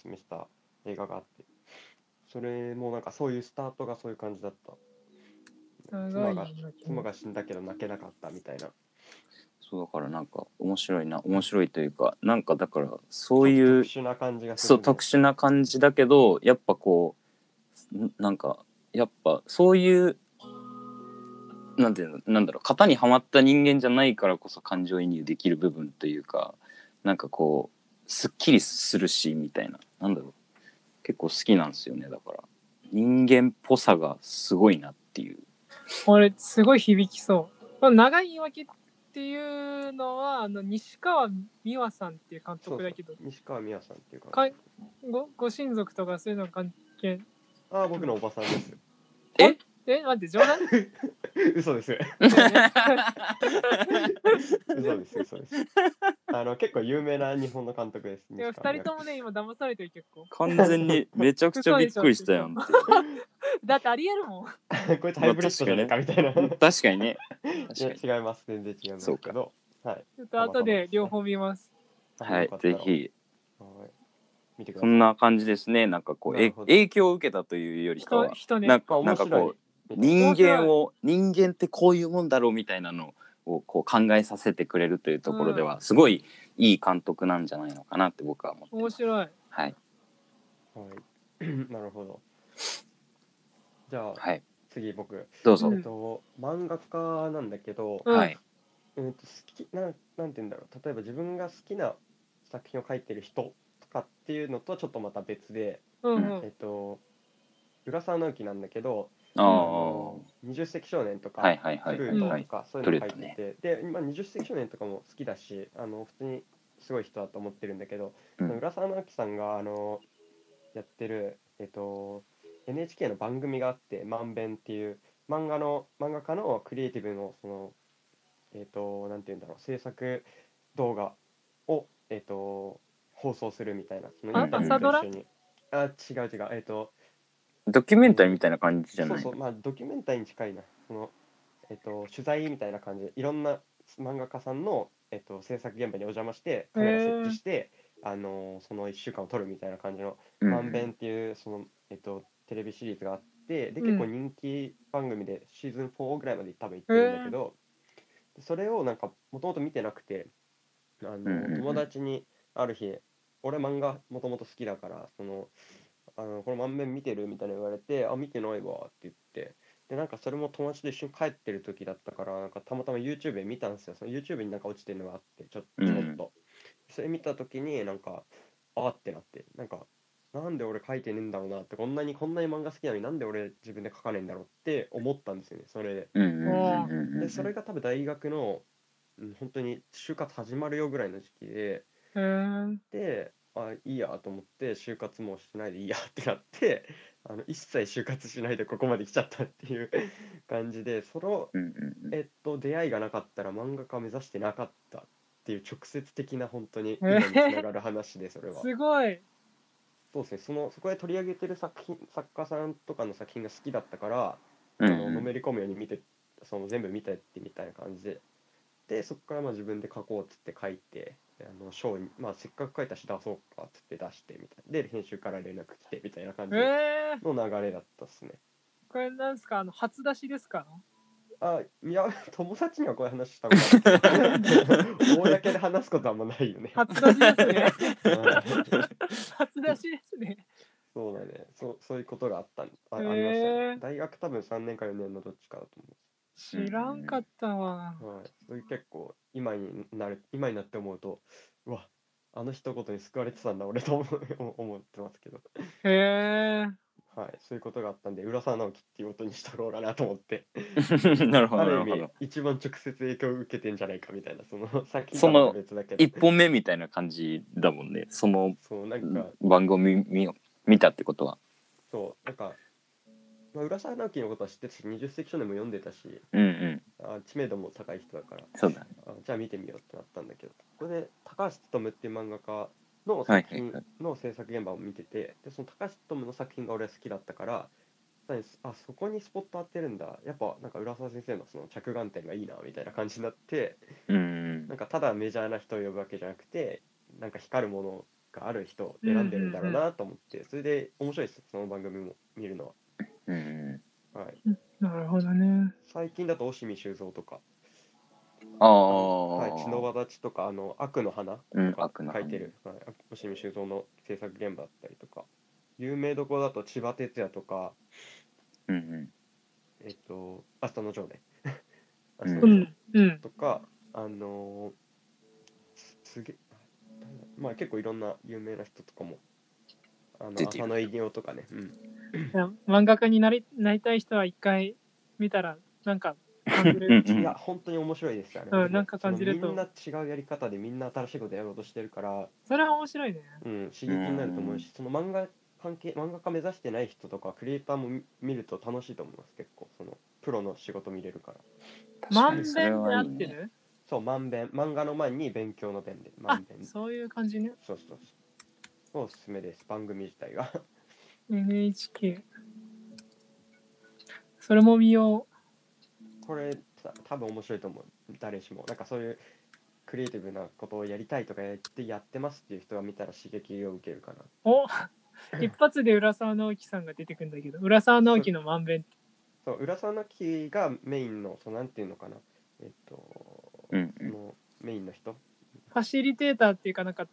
示した映画があってそれもなんかそういうスタートがそういう感じだった長妻いが長い妻が死んだけど泣けなかったみたいなそうだからなんか面白いな面白いというかなんかだからそういう特殊な感じがするそうね特殊な感じだけどやっぱこうんなんかやっぱそういうなんていうのなんだろう型にはまった人間じゃないからこそ感情移入できる部分というかなんかこうすっきりするしみたいななんだろう結構好きなんですよねだから人間っぽさがすごいなって いう俺すごい響きそうこの長い言い訳っていうのはあの西川美和さんっていう監そう督だけどそう西川美和さんっていうかかごご親族とかそういうの関係ああ僕のおばさんです え待って冗談嘘です嘘です嘘ですあの結構有名な日本の監督ですいや西川二美人和ともね今騙されてる結構完全にめちゃくちゃびっくりしたやんってだってありえるもん こいつハイブリッドじゃねえかみたいな確かにね確かにいや違います全然違いますけどはいちょっと後で両方見ますはいよかったらぜひはい見てくだそさんいな感じですね。なんかこう、なるえほど影響を受けたというよりかは人、人ねなんまあかなん面か白いこう人間を人間ってこういうもんだろうみたいなのをこう考えさせてくれるというところでは、すごいいい監督なんじゃないのかなって僕は思って面ます。白いははいい、 なるほど。じゃあ、はい次僕、どうぞ。うんえっと、漫画家なんだけど、うんはいうんと好きなんなんて言うんだろう例えば自分が好きな作品を描いてる人とかっていうのとはちょっとまた別で、うんうえっんと浦沢直樹なんだけどあああの20世紀少年とか、はいはいはいプルはーいトはとい。か、そういうのプ書ルいートねてて、で、今20世紀少年とかも好きだし、あの普通にすごい人だと思ってるんだけど、うん浦沢直樹さんがあのやってる、えっと、NHK の番組があって、まんべんっていう漫画の漫画家のクリエイティブのそのえっとなんて言うんだろう制作動画をえっと放送するみたいなそのあインタビュー朝ドラと一緒に。あ違う違うえっとドキュメンタリーみたいな感じじゃない。そうそうまあドキュメンタリーに近いなその、えっと取材みたいな感じでいろんな漫画家さんの、えっと制作現場にお邪魔してカメラ設置して、あのその1週間を撮るみたいな感じの「うんまんべん」っていうその、えっとテレビシリーズがあってで結構うん人気番組でシーズン4ぐらいまで多分行ってるんだけど、それをなんかもともと見てなくてあの、んうんうん友達にある日俺漫画もともと好きだからそのあのこれ満面見てるみたいな言われて「あ見てないわ」って言ってでなんかそれも友達と一緒に帰ってる時だったからなんかたまたま YouTube で見たんですよその YouTube になんか落ちてるのがあってちょうんちょっと、それ見た時になんかあーってなってなんかなんで俺書いてねえんだろうなってこんなにこんなに漫画好きなのになんで俺自分で書かねえんだろうって思ったんですよねそれでうんうんうんうんうんうんでそれが多分大学の、うん、本当に就活始まるよぐらいの時期でへーであいいやと思って就活もしないでいいやってなってあの一切就活しないでここまで来ちゃったっていう感じでその、うんうんえっと、出会いがなかったら漫画家目指してなかったっていう直接的な本当にえへへ今につながる話でそれ は。すごいそうですねそのそこで取り上げてる作品作家さんとかの作品が好きだったから、うんあのうんのめり込むように見てその全部見てってみたいな感じででそこからまあ自分で書こうっつって書いてであの賞に、まあ、せっかく書いたし出そうかっつって出してみたいなで編集から連絡来てみたいな感じえー、の流れだったっすね。これなんですかあの初出しですかあいや友達にはこういう話したことない 公で話すことはあんまないよね。初出しですね うん初出しですねそうだねそうそういうことがあったんあありへましたーね大学多分3年か4年のどっちかだと思う知らんかったわ。はい、それ結構今になる今になって思うとうわあの一言に救われてたんだ俺と思う 思ってますけど、へえ。はい、そういうことがあったんで浦沢直樹っていうことにしたろうかなと思って なるほあどるなる意ほ味ど。一番直接影響を受けてんじゃないかみたいな その先その別だけど一本目みたいな感じだもんね。そのそうなんか番組見見たってことは。そうなんか、まあ、浦沢直樹のことは知ってたし20世紀少年も読んでたしうんうん。あ知名度も高い人だからそうだね。あじゃあ見てみようってなったんだけどここで高橋勉っていう漫画家のはい作品はいの制作現場を見ててでその高橋勉の作品が俺は好きだったからさらにあそこにスポット当てるんだやっぱなんか浦沢先生のその着眼点がいいなみたいな感じになってうんうんなんかただメジャーな人を呼ぶわけじゃなくてなんか光るものをがある人を選んでるんだろうなと思って、それで面白いですその番組も見るのうん、は、はい、なるほどね。最近だと押見修造とか「あああ、のはい、角羽立ち」とかあの「悪の花」うん、と悪かな書いてる、はい、押見修造の制作現場だったりとか有名どころだと千葉哲也とかうんうんえっと「明日のジョーね」うん明日のジョーうん、うん。とか、あのーすすげ誰だまあ結構いろんな有名な人とかも、あの出てる浅野偉業とかね、うん、いや漫画家になりなりたい人は一回見たら、なんか感じる。うんいや本当に面白いですよね。うんでもなんか感じるとそのみんな違うやり方でみんな新しいことやろうとしてるから、それは面白いね。うん、刺激になると思うし、その漫画関係漫画家目指してない人とかクリエイターも見見ると楽しいと思います結構そのプロの仕事見れるから。まんべ確かにんそでれ合はいっいねてるそうまんべん漫画の前に勉強の弁でまあんべん、そういう感じね。そうそうそう。おすすめです番組自体が。 NHK。それも見よこれた多分面白いと思う誰しもなんかそういうクリエイティブなことをやりたいとかやってやってますっていう人が見たら刺激を受けるかなう。お一発で浦沢直樹さんが出てくんだけど、浦沢直樹のまんべん。そう浦沢直樹がメインのそうなんていうのかなえっと、うんそのメインの人ファシリテーターっていうかなんか、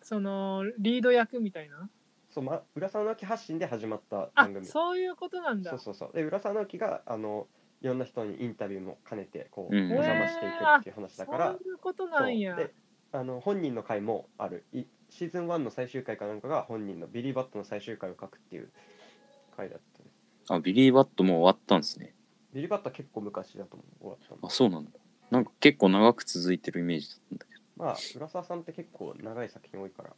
そのリード役みたいな。そう、ま、浦沢直樹発信で始まったあ番組そういうことなんだ。そうそうそうで浦沢直樹があのいろんな人にインタビューも兼ねてこう、うんお邪魔していくっていう話だから、そういうことなんや。そうであの本人の回もあるいシーズン1の最終回かなんかが本人のビリー・バットの最終回を書くっていう回だったねあビリー・バットもう終わったんですねビリー・バットは結構昔だと思う終わったあのそうなんだなんか結構長く続いてるイメージだったんだけどまあ浦沢さんって結構長い作品多いから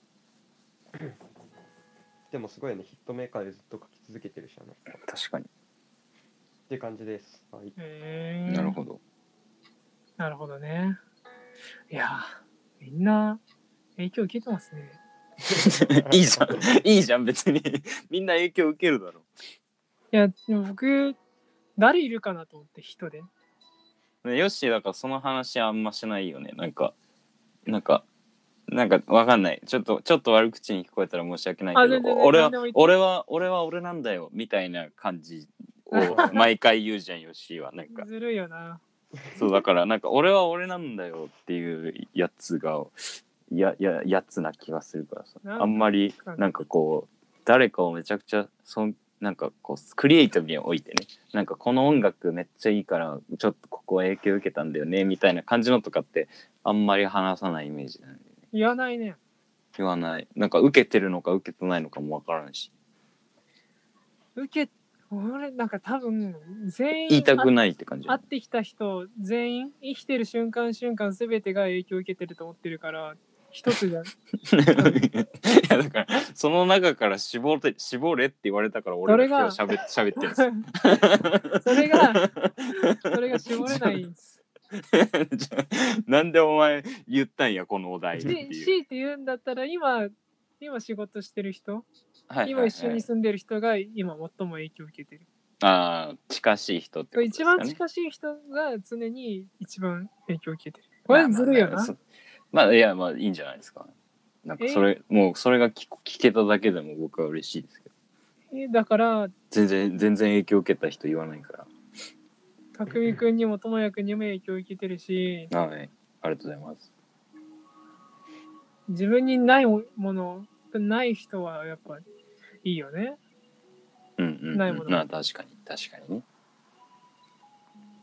でもすごいねヒットメーカーでずっと書き続けてるしあの人っ確かにていう感じです、はい、へーなるほど なるほどね。いやー、みんな影響受けてますね。いいじゃん いいじゃん別にみんな影響受けるだいろや、でも僕、誰いるかなと思って、人で。うねヨッシーだからその話あんましないよねなんかなんかなんかわかんないちょっとちょっと悪口に聞こえたら申し訳ないあけ全然全然ど俺は何でも言って俺は俺は俺なんだよみたいな感じを毎回言うじゃんヨッシーはなんかずるいよな。そうだからなんか俺は俺なんだよっていうやつがやややつな気がするからさなんかあんまりなんかこう誰かをめちゃくちゃそんなんかこうクリエイティブにおいてねなんかこの音楽めっちゃいいからちょっとここ影響受けたんだよねみたいな感じのとかってあんまり話さないイメージだね言わないね。言わないなんか受けてるのか受けてないのかもわからんし受け、俺、なんか多分、全員言いたくないって感じ会ってきた人、全員、生きてる瞬間瞬間全てが影響を受けてると思ってるから、一つ じゃん。 いやだからその中から絞れ絞れって言われたから俺が今日喋喋ってるんですよそれが、それが絞れないんです。 じゃあなんでお前言ったんやこのお題ってで、いう。強いて言うんだったら、今、今仕事してる人、はいはい今はい一緒に住んでる人が今最も影響を受けてる。ああ近しい人ってことです一か番ね。近しい人が常に一番影響を受けてる。これずるいよまあまあな。そまあいやまあいいんじゃないですか。なんかそれ、もうそれが聞こ聞けただけでも僕は嬉しいですけどえだから、全然全然影響受けた人言わないかたくみくんにもともやくんにも影響を受けてるし、ら。はいありがとうございます。自分にないもの、ない人はやっぱいいよね。うんうん、なういものん、まあ確かに確かにね。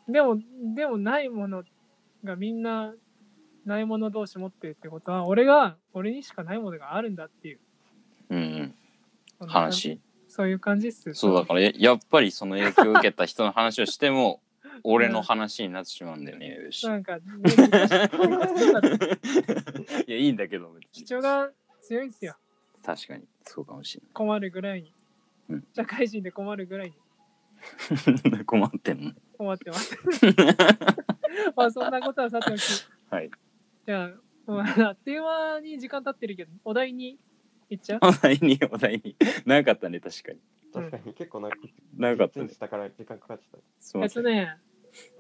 でも、でもないものがみんな、ないもの同士持ってるってことは、俺が、俺にしかないものがあるんだっていう。うんうん、。話そういう感じっす。そうだからややっぱりその影響を受けた人の話をしても俺の話になってしまうんだよね。よしなんか、ね 昔からいやいいんだけど別に主張が強いんですよ。確かにそうかもし困るぐらいに、うん社会人で困るぐらいにれない 困ってんの困ってます まあそんなことはさておきはいじゃあもうあっという間に時間経ってるけどお題に行っちゃう お題にお題になかったね確かに確かに結構ななかったねしたから時間かかっちゃっすえみまっせとんね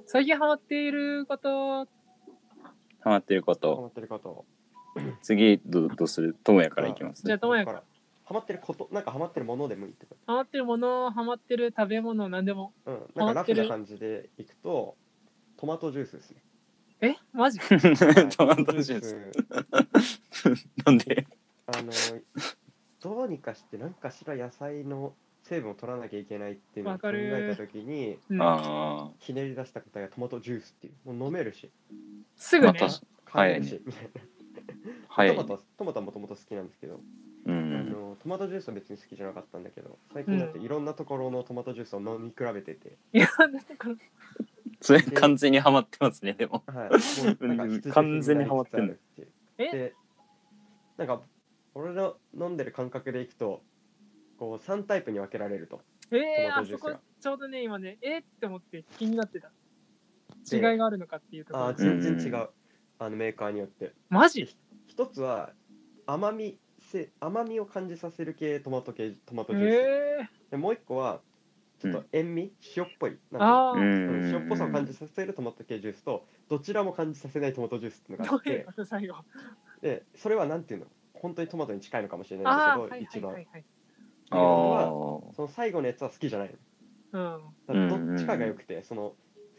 最近ハマっていることハマってるこた。ハとマってること。次どうどうするともやからいきますじゃあ、ともやから。ハマってること、なんかハマってるものでもいいってこハマってるもの、ハマってる食べ物、なんでも。と。うん。なんかハマラっフてるな感じでいくと、トマトジュースですね。えマ ジトマトジューストマトなんでジュース。あの、どうにかして、なんかしら野菜の成分を取らなきゃいけないっていうのをわ考かるえたときに、うんあひねり出した答えがトマトジュースっていう。もう飲めるし、すあぐまね。た買えるし、みたいな。早トマいトはトマトはもともと好きなんですけど、うあんのトマトジュースは別に好きじゃなかったんだけど最近だっていろんなところのトマトジュースを飲み比べてて、いや、なんだから、それ完全にはまってますねでもはい、もうなんか必需品完全にハマってんのなりつつあるっていうでなんか俺の飲んでる感覚でいくとこう3タイプに分けられるとえー、トマあトジュそースがこ、ちょうどね、今ね、えーって思って気になってた。で違いがあるのかっていうとこあろー。全然違うあのメーカーによってマジ一つは甘みせ甘みを感じさせる系トマト系トマトジュース、えー、でもう一個はちょっと塩味、塩っぽいなんかあううあ、んん塩っぽさを感じさせるトマト系ジュースとどちらも感じさせないトマトジュースっていうのがあどっういうてこと最後。でそれはなんていうの本当にトマトに近いのかもしれないああ、んはだいけはいど、は一番いはい。ああその最後のやつは好きじゃないのうん。だからうんうんうどんっちかが良くて、その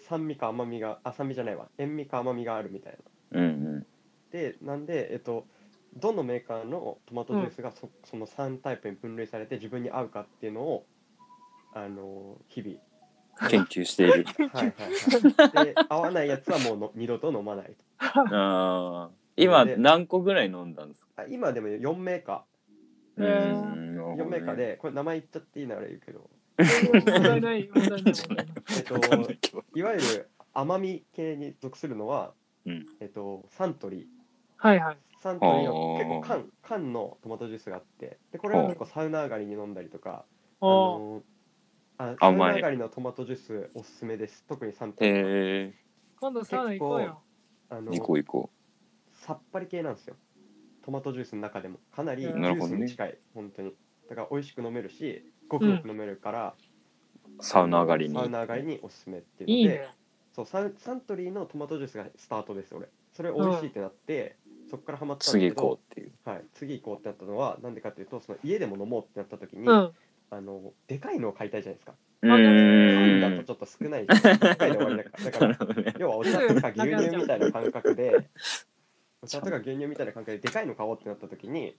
酸味か甘みがあ酸味じゃないわ塩味か甘みがあるみたいなうんでなんでえっとどのメーカーのトマトジュースがそ,、その3タイプに分類されて自分に合うかっていうのをあの日 々うん研究しているはいはい、はい、で合わないやつはもうの二度と飲まないとああ今何個ぐらい飲んだんですかあ今でも4メーカーへうーんなるほど4ねメーカーで、これ名前言っちゃっていいなら言う けど、問題ない、問題ないじゃない。えっとわ、かんないけどいわゆる甘み系に属するのは、うんえっと、サントリはいはい。ー。サントリーのあー結構缶、缶のトマトジュースがあって、で、これは結構サウナ上がりに飲んだりとか、あおーのあサウ甘いナ上がりのトマトジュースおすすめです。特にサントリー。へえ今度サウナ行こうよ。あの行こう行こさっぱり系なんですよ。トマトジュースの中でも、かなりジうュんースに近い、本当に。だから美味しく飲めうし、ごくごく飲めるから、うサウナ上がりにサウナ上がりにおすすめっていうので、いいね。そうサンサントリーのトマトジュースがスタートです俺それ美味しいってなって、そこからハマったんだ次け行どこうっていうう、はい、次行こうってなったのはなんでかっていうとその家でも飲もうってなった時に、うん。あのでかいのを買いたいじゃないですかう缶だんとちょっと少ないしでかいで終わり だからだかなるらほどね要はお茶とか牛乳みたいな感覚でお茶とか牛乳みたいな感覚ででかいの買おうってなった時に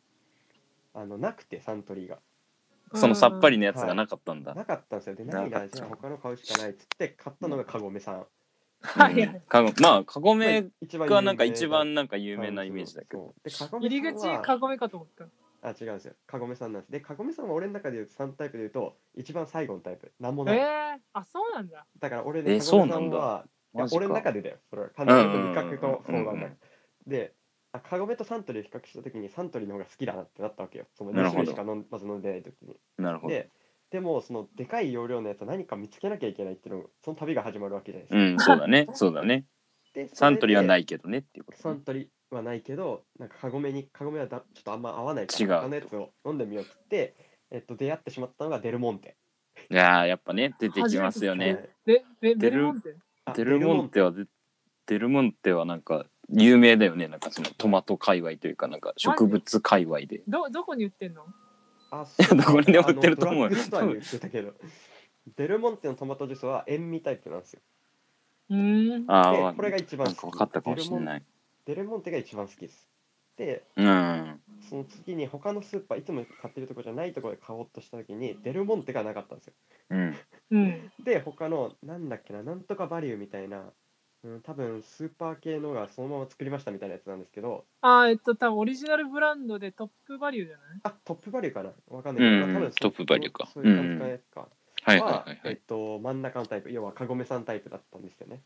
あのなくてサントリーがそのさっぱりね。のやつがなかったんだ、なかったんですよでないなかなっじたゃあ他の買うしかないっつって買ったのがカゴメさんはいうんかごまあカゴメ一番有名がなんか一番なんか有名なイメージだけど、そうそうでカゴメ入さりんは口囲めかと思った。あ違うんですよ。カゴメさんなんです。で、カゴメさんは俺の中で言うと3タイプで言うと、一番最後のタイプ。なんもない。えー、あ、そうなんだ。だから俺えね、カゴーメさそうんなは、いやマジか俺の中でだよ。それは完全に味覚とうそんうんううんうんなんだ。で、あカゴメとサントリーを比較した時にサントリーの方が好きだなってなったわけよ。そのなる2ほ種ど類しか飲んまず飲んでない時に。なるほどで、でもそのでかい容量のやつは何か見つけなきゃいけないっていうのがその旅が始まるわけじゃないですうか。んそうだ ねそうだねで。サントリーはないいけどねっていうこサとね、ントリーはないけど、なんかカゴメに、カゴメはだちょっとあんま合わないか違うら、他のやつを飲んでみようって言って、えっと、出会ってしまったのがデルモンテ。いやーやっぱね出てきますよはねいで、で、出ベるルモンテ。あデルモンテはでデルモンテはなんか有名だよねなんかそのトマト界隈というかなんか植物界隈でど、どこに売ってんの あいやどこにでもあ売ってると思うよドラッグストアに売ってたけどデルモンテのトマトジュースは塩味タイプなんですようーん。あであこれが一番なんか好分きかったかもしれないデルモンテが一番好きですでうんその次に他のスーパーいつも買ってるとこじゃないとこで買おうとした時にデルモンテがなかったんですようんうん。で他のなんだっけななんとかバリューみたいな、うん、多分スーパー系のがそのまま作りましたみたいなやつなんですけどあー、えっと、多分オリジナルブランドでトップバリューじゃないあトップバリューかなわかんなういんけど、まあ多分そトップバリューかそういう感じのやつか、はいははいはいえはっいと真ん中のタイプ要はカゴメさんタイプだったんですよね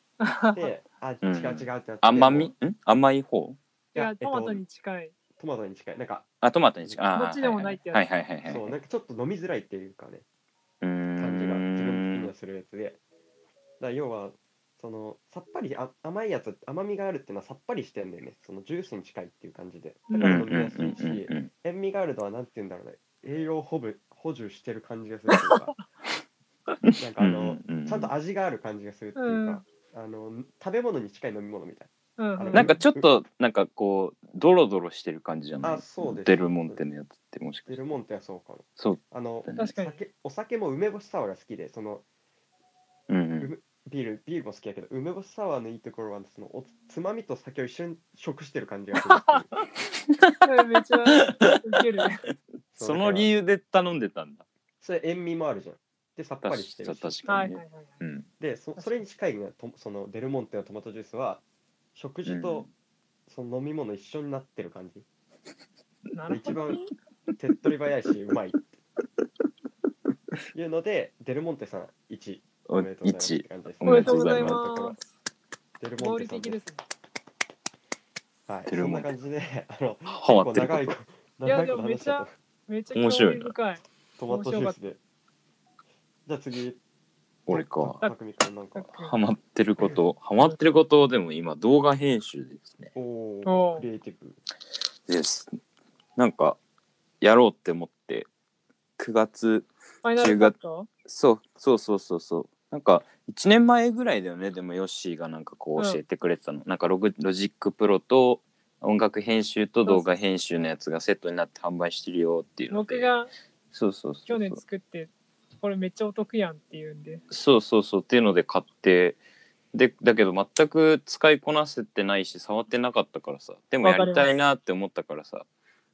であ違ううん違うってなって甘みもんう甘い方いや、えっトマトとに近い。トマトに近いなんかあトマトに近いあーどっちでもないってやつはいはいはいはいそうなんかちょっと飲みづらいっていうかねうー感じが自分的にんはするやつでだから要はそのさっぱりあ甘いやつ甘みがあるっていうのはさっぱりしてんだよねそのジュースに近いっていう感じでだうかんらう飲んみやすいうんうんしうん塩味があるのはなんて言うんだろうね栄養補分補充してる感じがすると いうかなんかあのうんうんうんちゃんと味がある感じがするっていうか、あの食べ物に近い飲み物みたいなうん。あのなんかちょっとなんかこうドロドロしてる感じじゃないあそうですデルモンテのやつってもしかデしてルモンテはそうかも。そうあの確かに酒お酒も梅干しサワーが好きで、そのうんうんビール、ビールも好きやけど、梅干しサワーのいいところは、そのおつまみと酒を一緒に食してる感じがするって いうめっちゃウケる。そうその理由で頼んでたんだそれ塩味もあるじゃん。で、さっぱりしてる確し。確はかいはいにねはい。うんでそ、それに近いのがとそのデルモンテのトマトジュースは、食事とその飲み物一緒になってる感じ。なる一ほど。番手っ取り早いし、うまいっていうので、デルモンテさん1。おおめでとうございますっ一て感じです。おおめめででととううごござざいいまデルモンテさんはい、そんます。合理的ですね。デルモなンテ感じで、あの、ハマっ結て構る長いこことと。いや長いでこもとめ話しちたゃとめちゃ面興白い味な深い。トマトジュースで。じゃあ次、俺かたくみくんなんか。ハマってることハマってることでも今動画編集ですねおおおー、ークリエイティブ。ですなんかやろうって思って9月ファイナルカットそうそうそうそうそうなんか1年前ぐらいだよねでもヨッシーがなんかこううん教えてくれてたの、なんかログロジックプロと音楽編集と動画編集のやつがセットになって販売してるよっていうので僕がそうそうそう去年作ってこれめっちゃお得やんっていうんで。そうそうそうっていうので買ってでだけど全く使いこなせてないし触ってなかったからさでもやりたいなって思ったからさ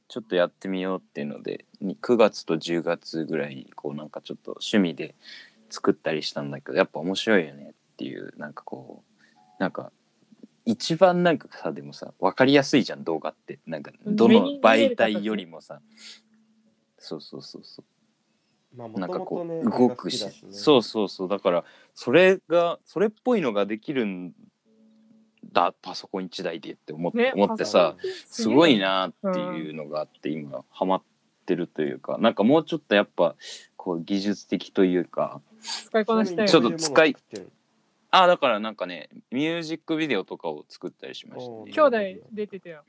ちょっとやってみようっていうのでに9月と10月ぐらいにこうなんかちょっと趣味で作ったりしたんだけどやっぱ面白いよねっていうなんかこうなんか一番なんかさでもさ分かりやすいじゃん動画ってなんかど目のに見え媒る体よりもさそうそうそうそうまあ、もなんとかもとこね、う動くし映画好きだねそうそうそうだからそれがそれっぽいのができるんだパソコン一台でって思って,、ね思ってさうんすごいなーっていうのがあって今ハマってるというかなんかもうちょっとやっぱこう技術的というか使いこなしたいちょよっね。と使いどううものを作ってるああだからなんかねミュージックビデオとかを作ったりしましたおねー兄弟出てたよ。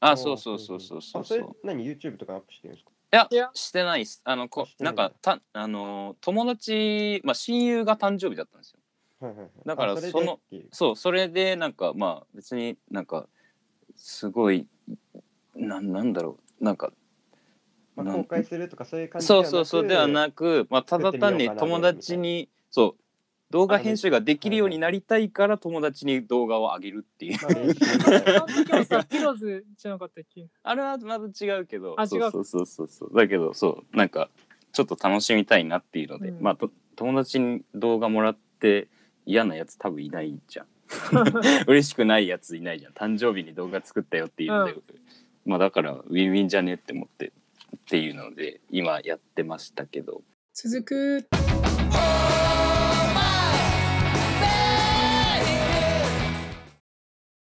あそうそうそうそうそうあそそうれ何 YouTube とかアップしてるんですかいやいやしてないっすあのこしてなないんだんかたあのー友達まあ親友が誕生日だったんですよはいはいはいだからあれでそのっていうそうそれでなんかまあ別になんかすごいなんなんだろうなんかまなあ、ん公開するとかそういう感じそうそうそうではくなく、まあ、ただ単に友達にそう動画編集ができるようになりたいから友達に動画を上げるっていうまあ練習みたいそなの時はさ、ピローズじゃなかったっけ あれはまた違うけどあそ違ううそうそうそうそうだけどそうなんかちょっと楽しみたいなっていうので、うんまあと友達に動画もらって嫌なやつ多分いない じゃん嬉しくないやついないじゃん誕生日に動画作ったよっていうので、うまあだからウィンウィンじゃねって思ってっていうので今やってましたけど続く。 「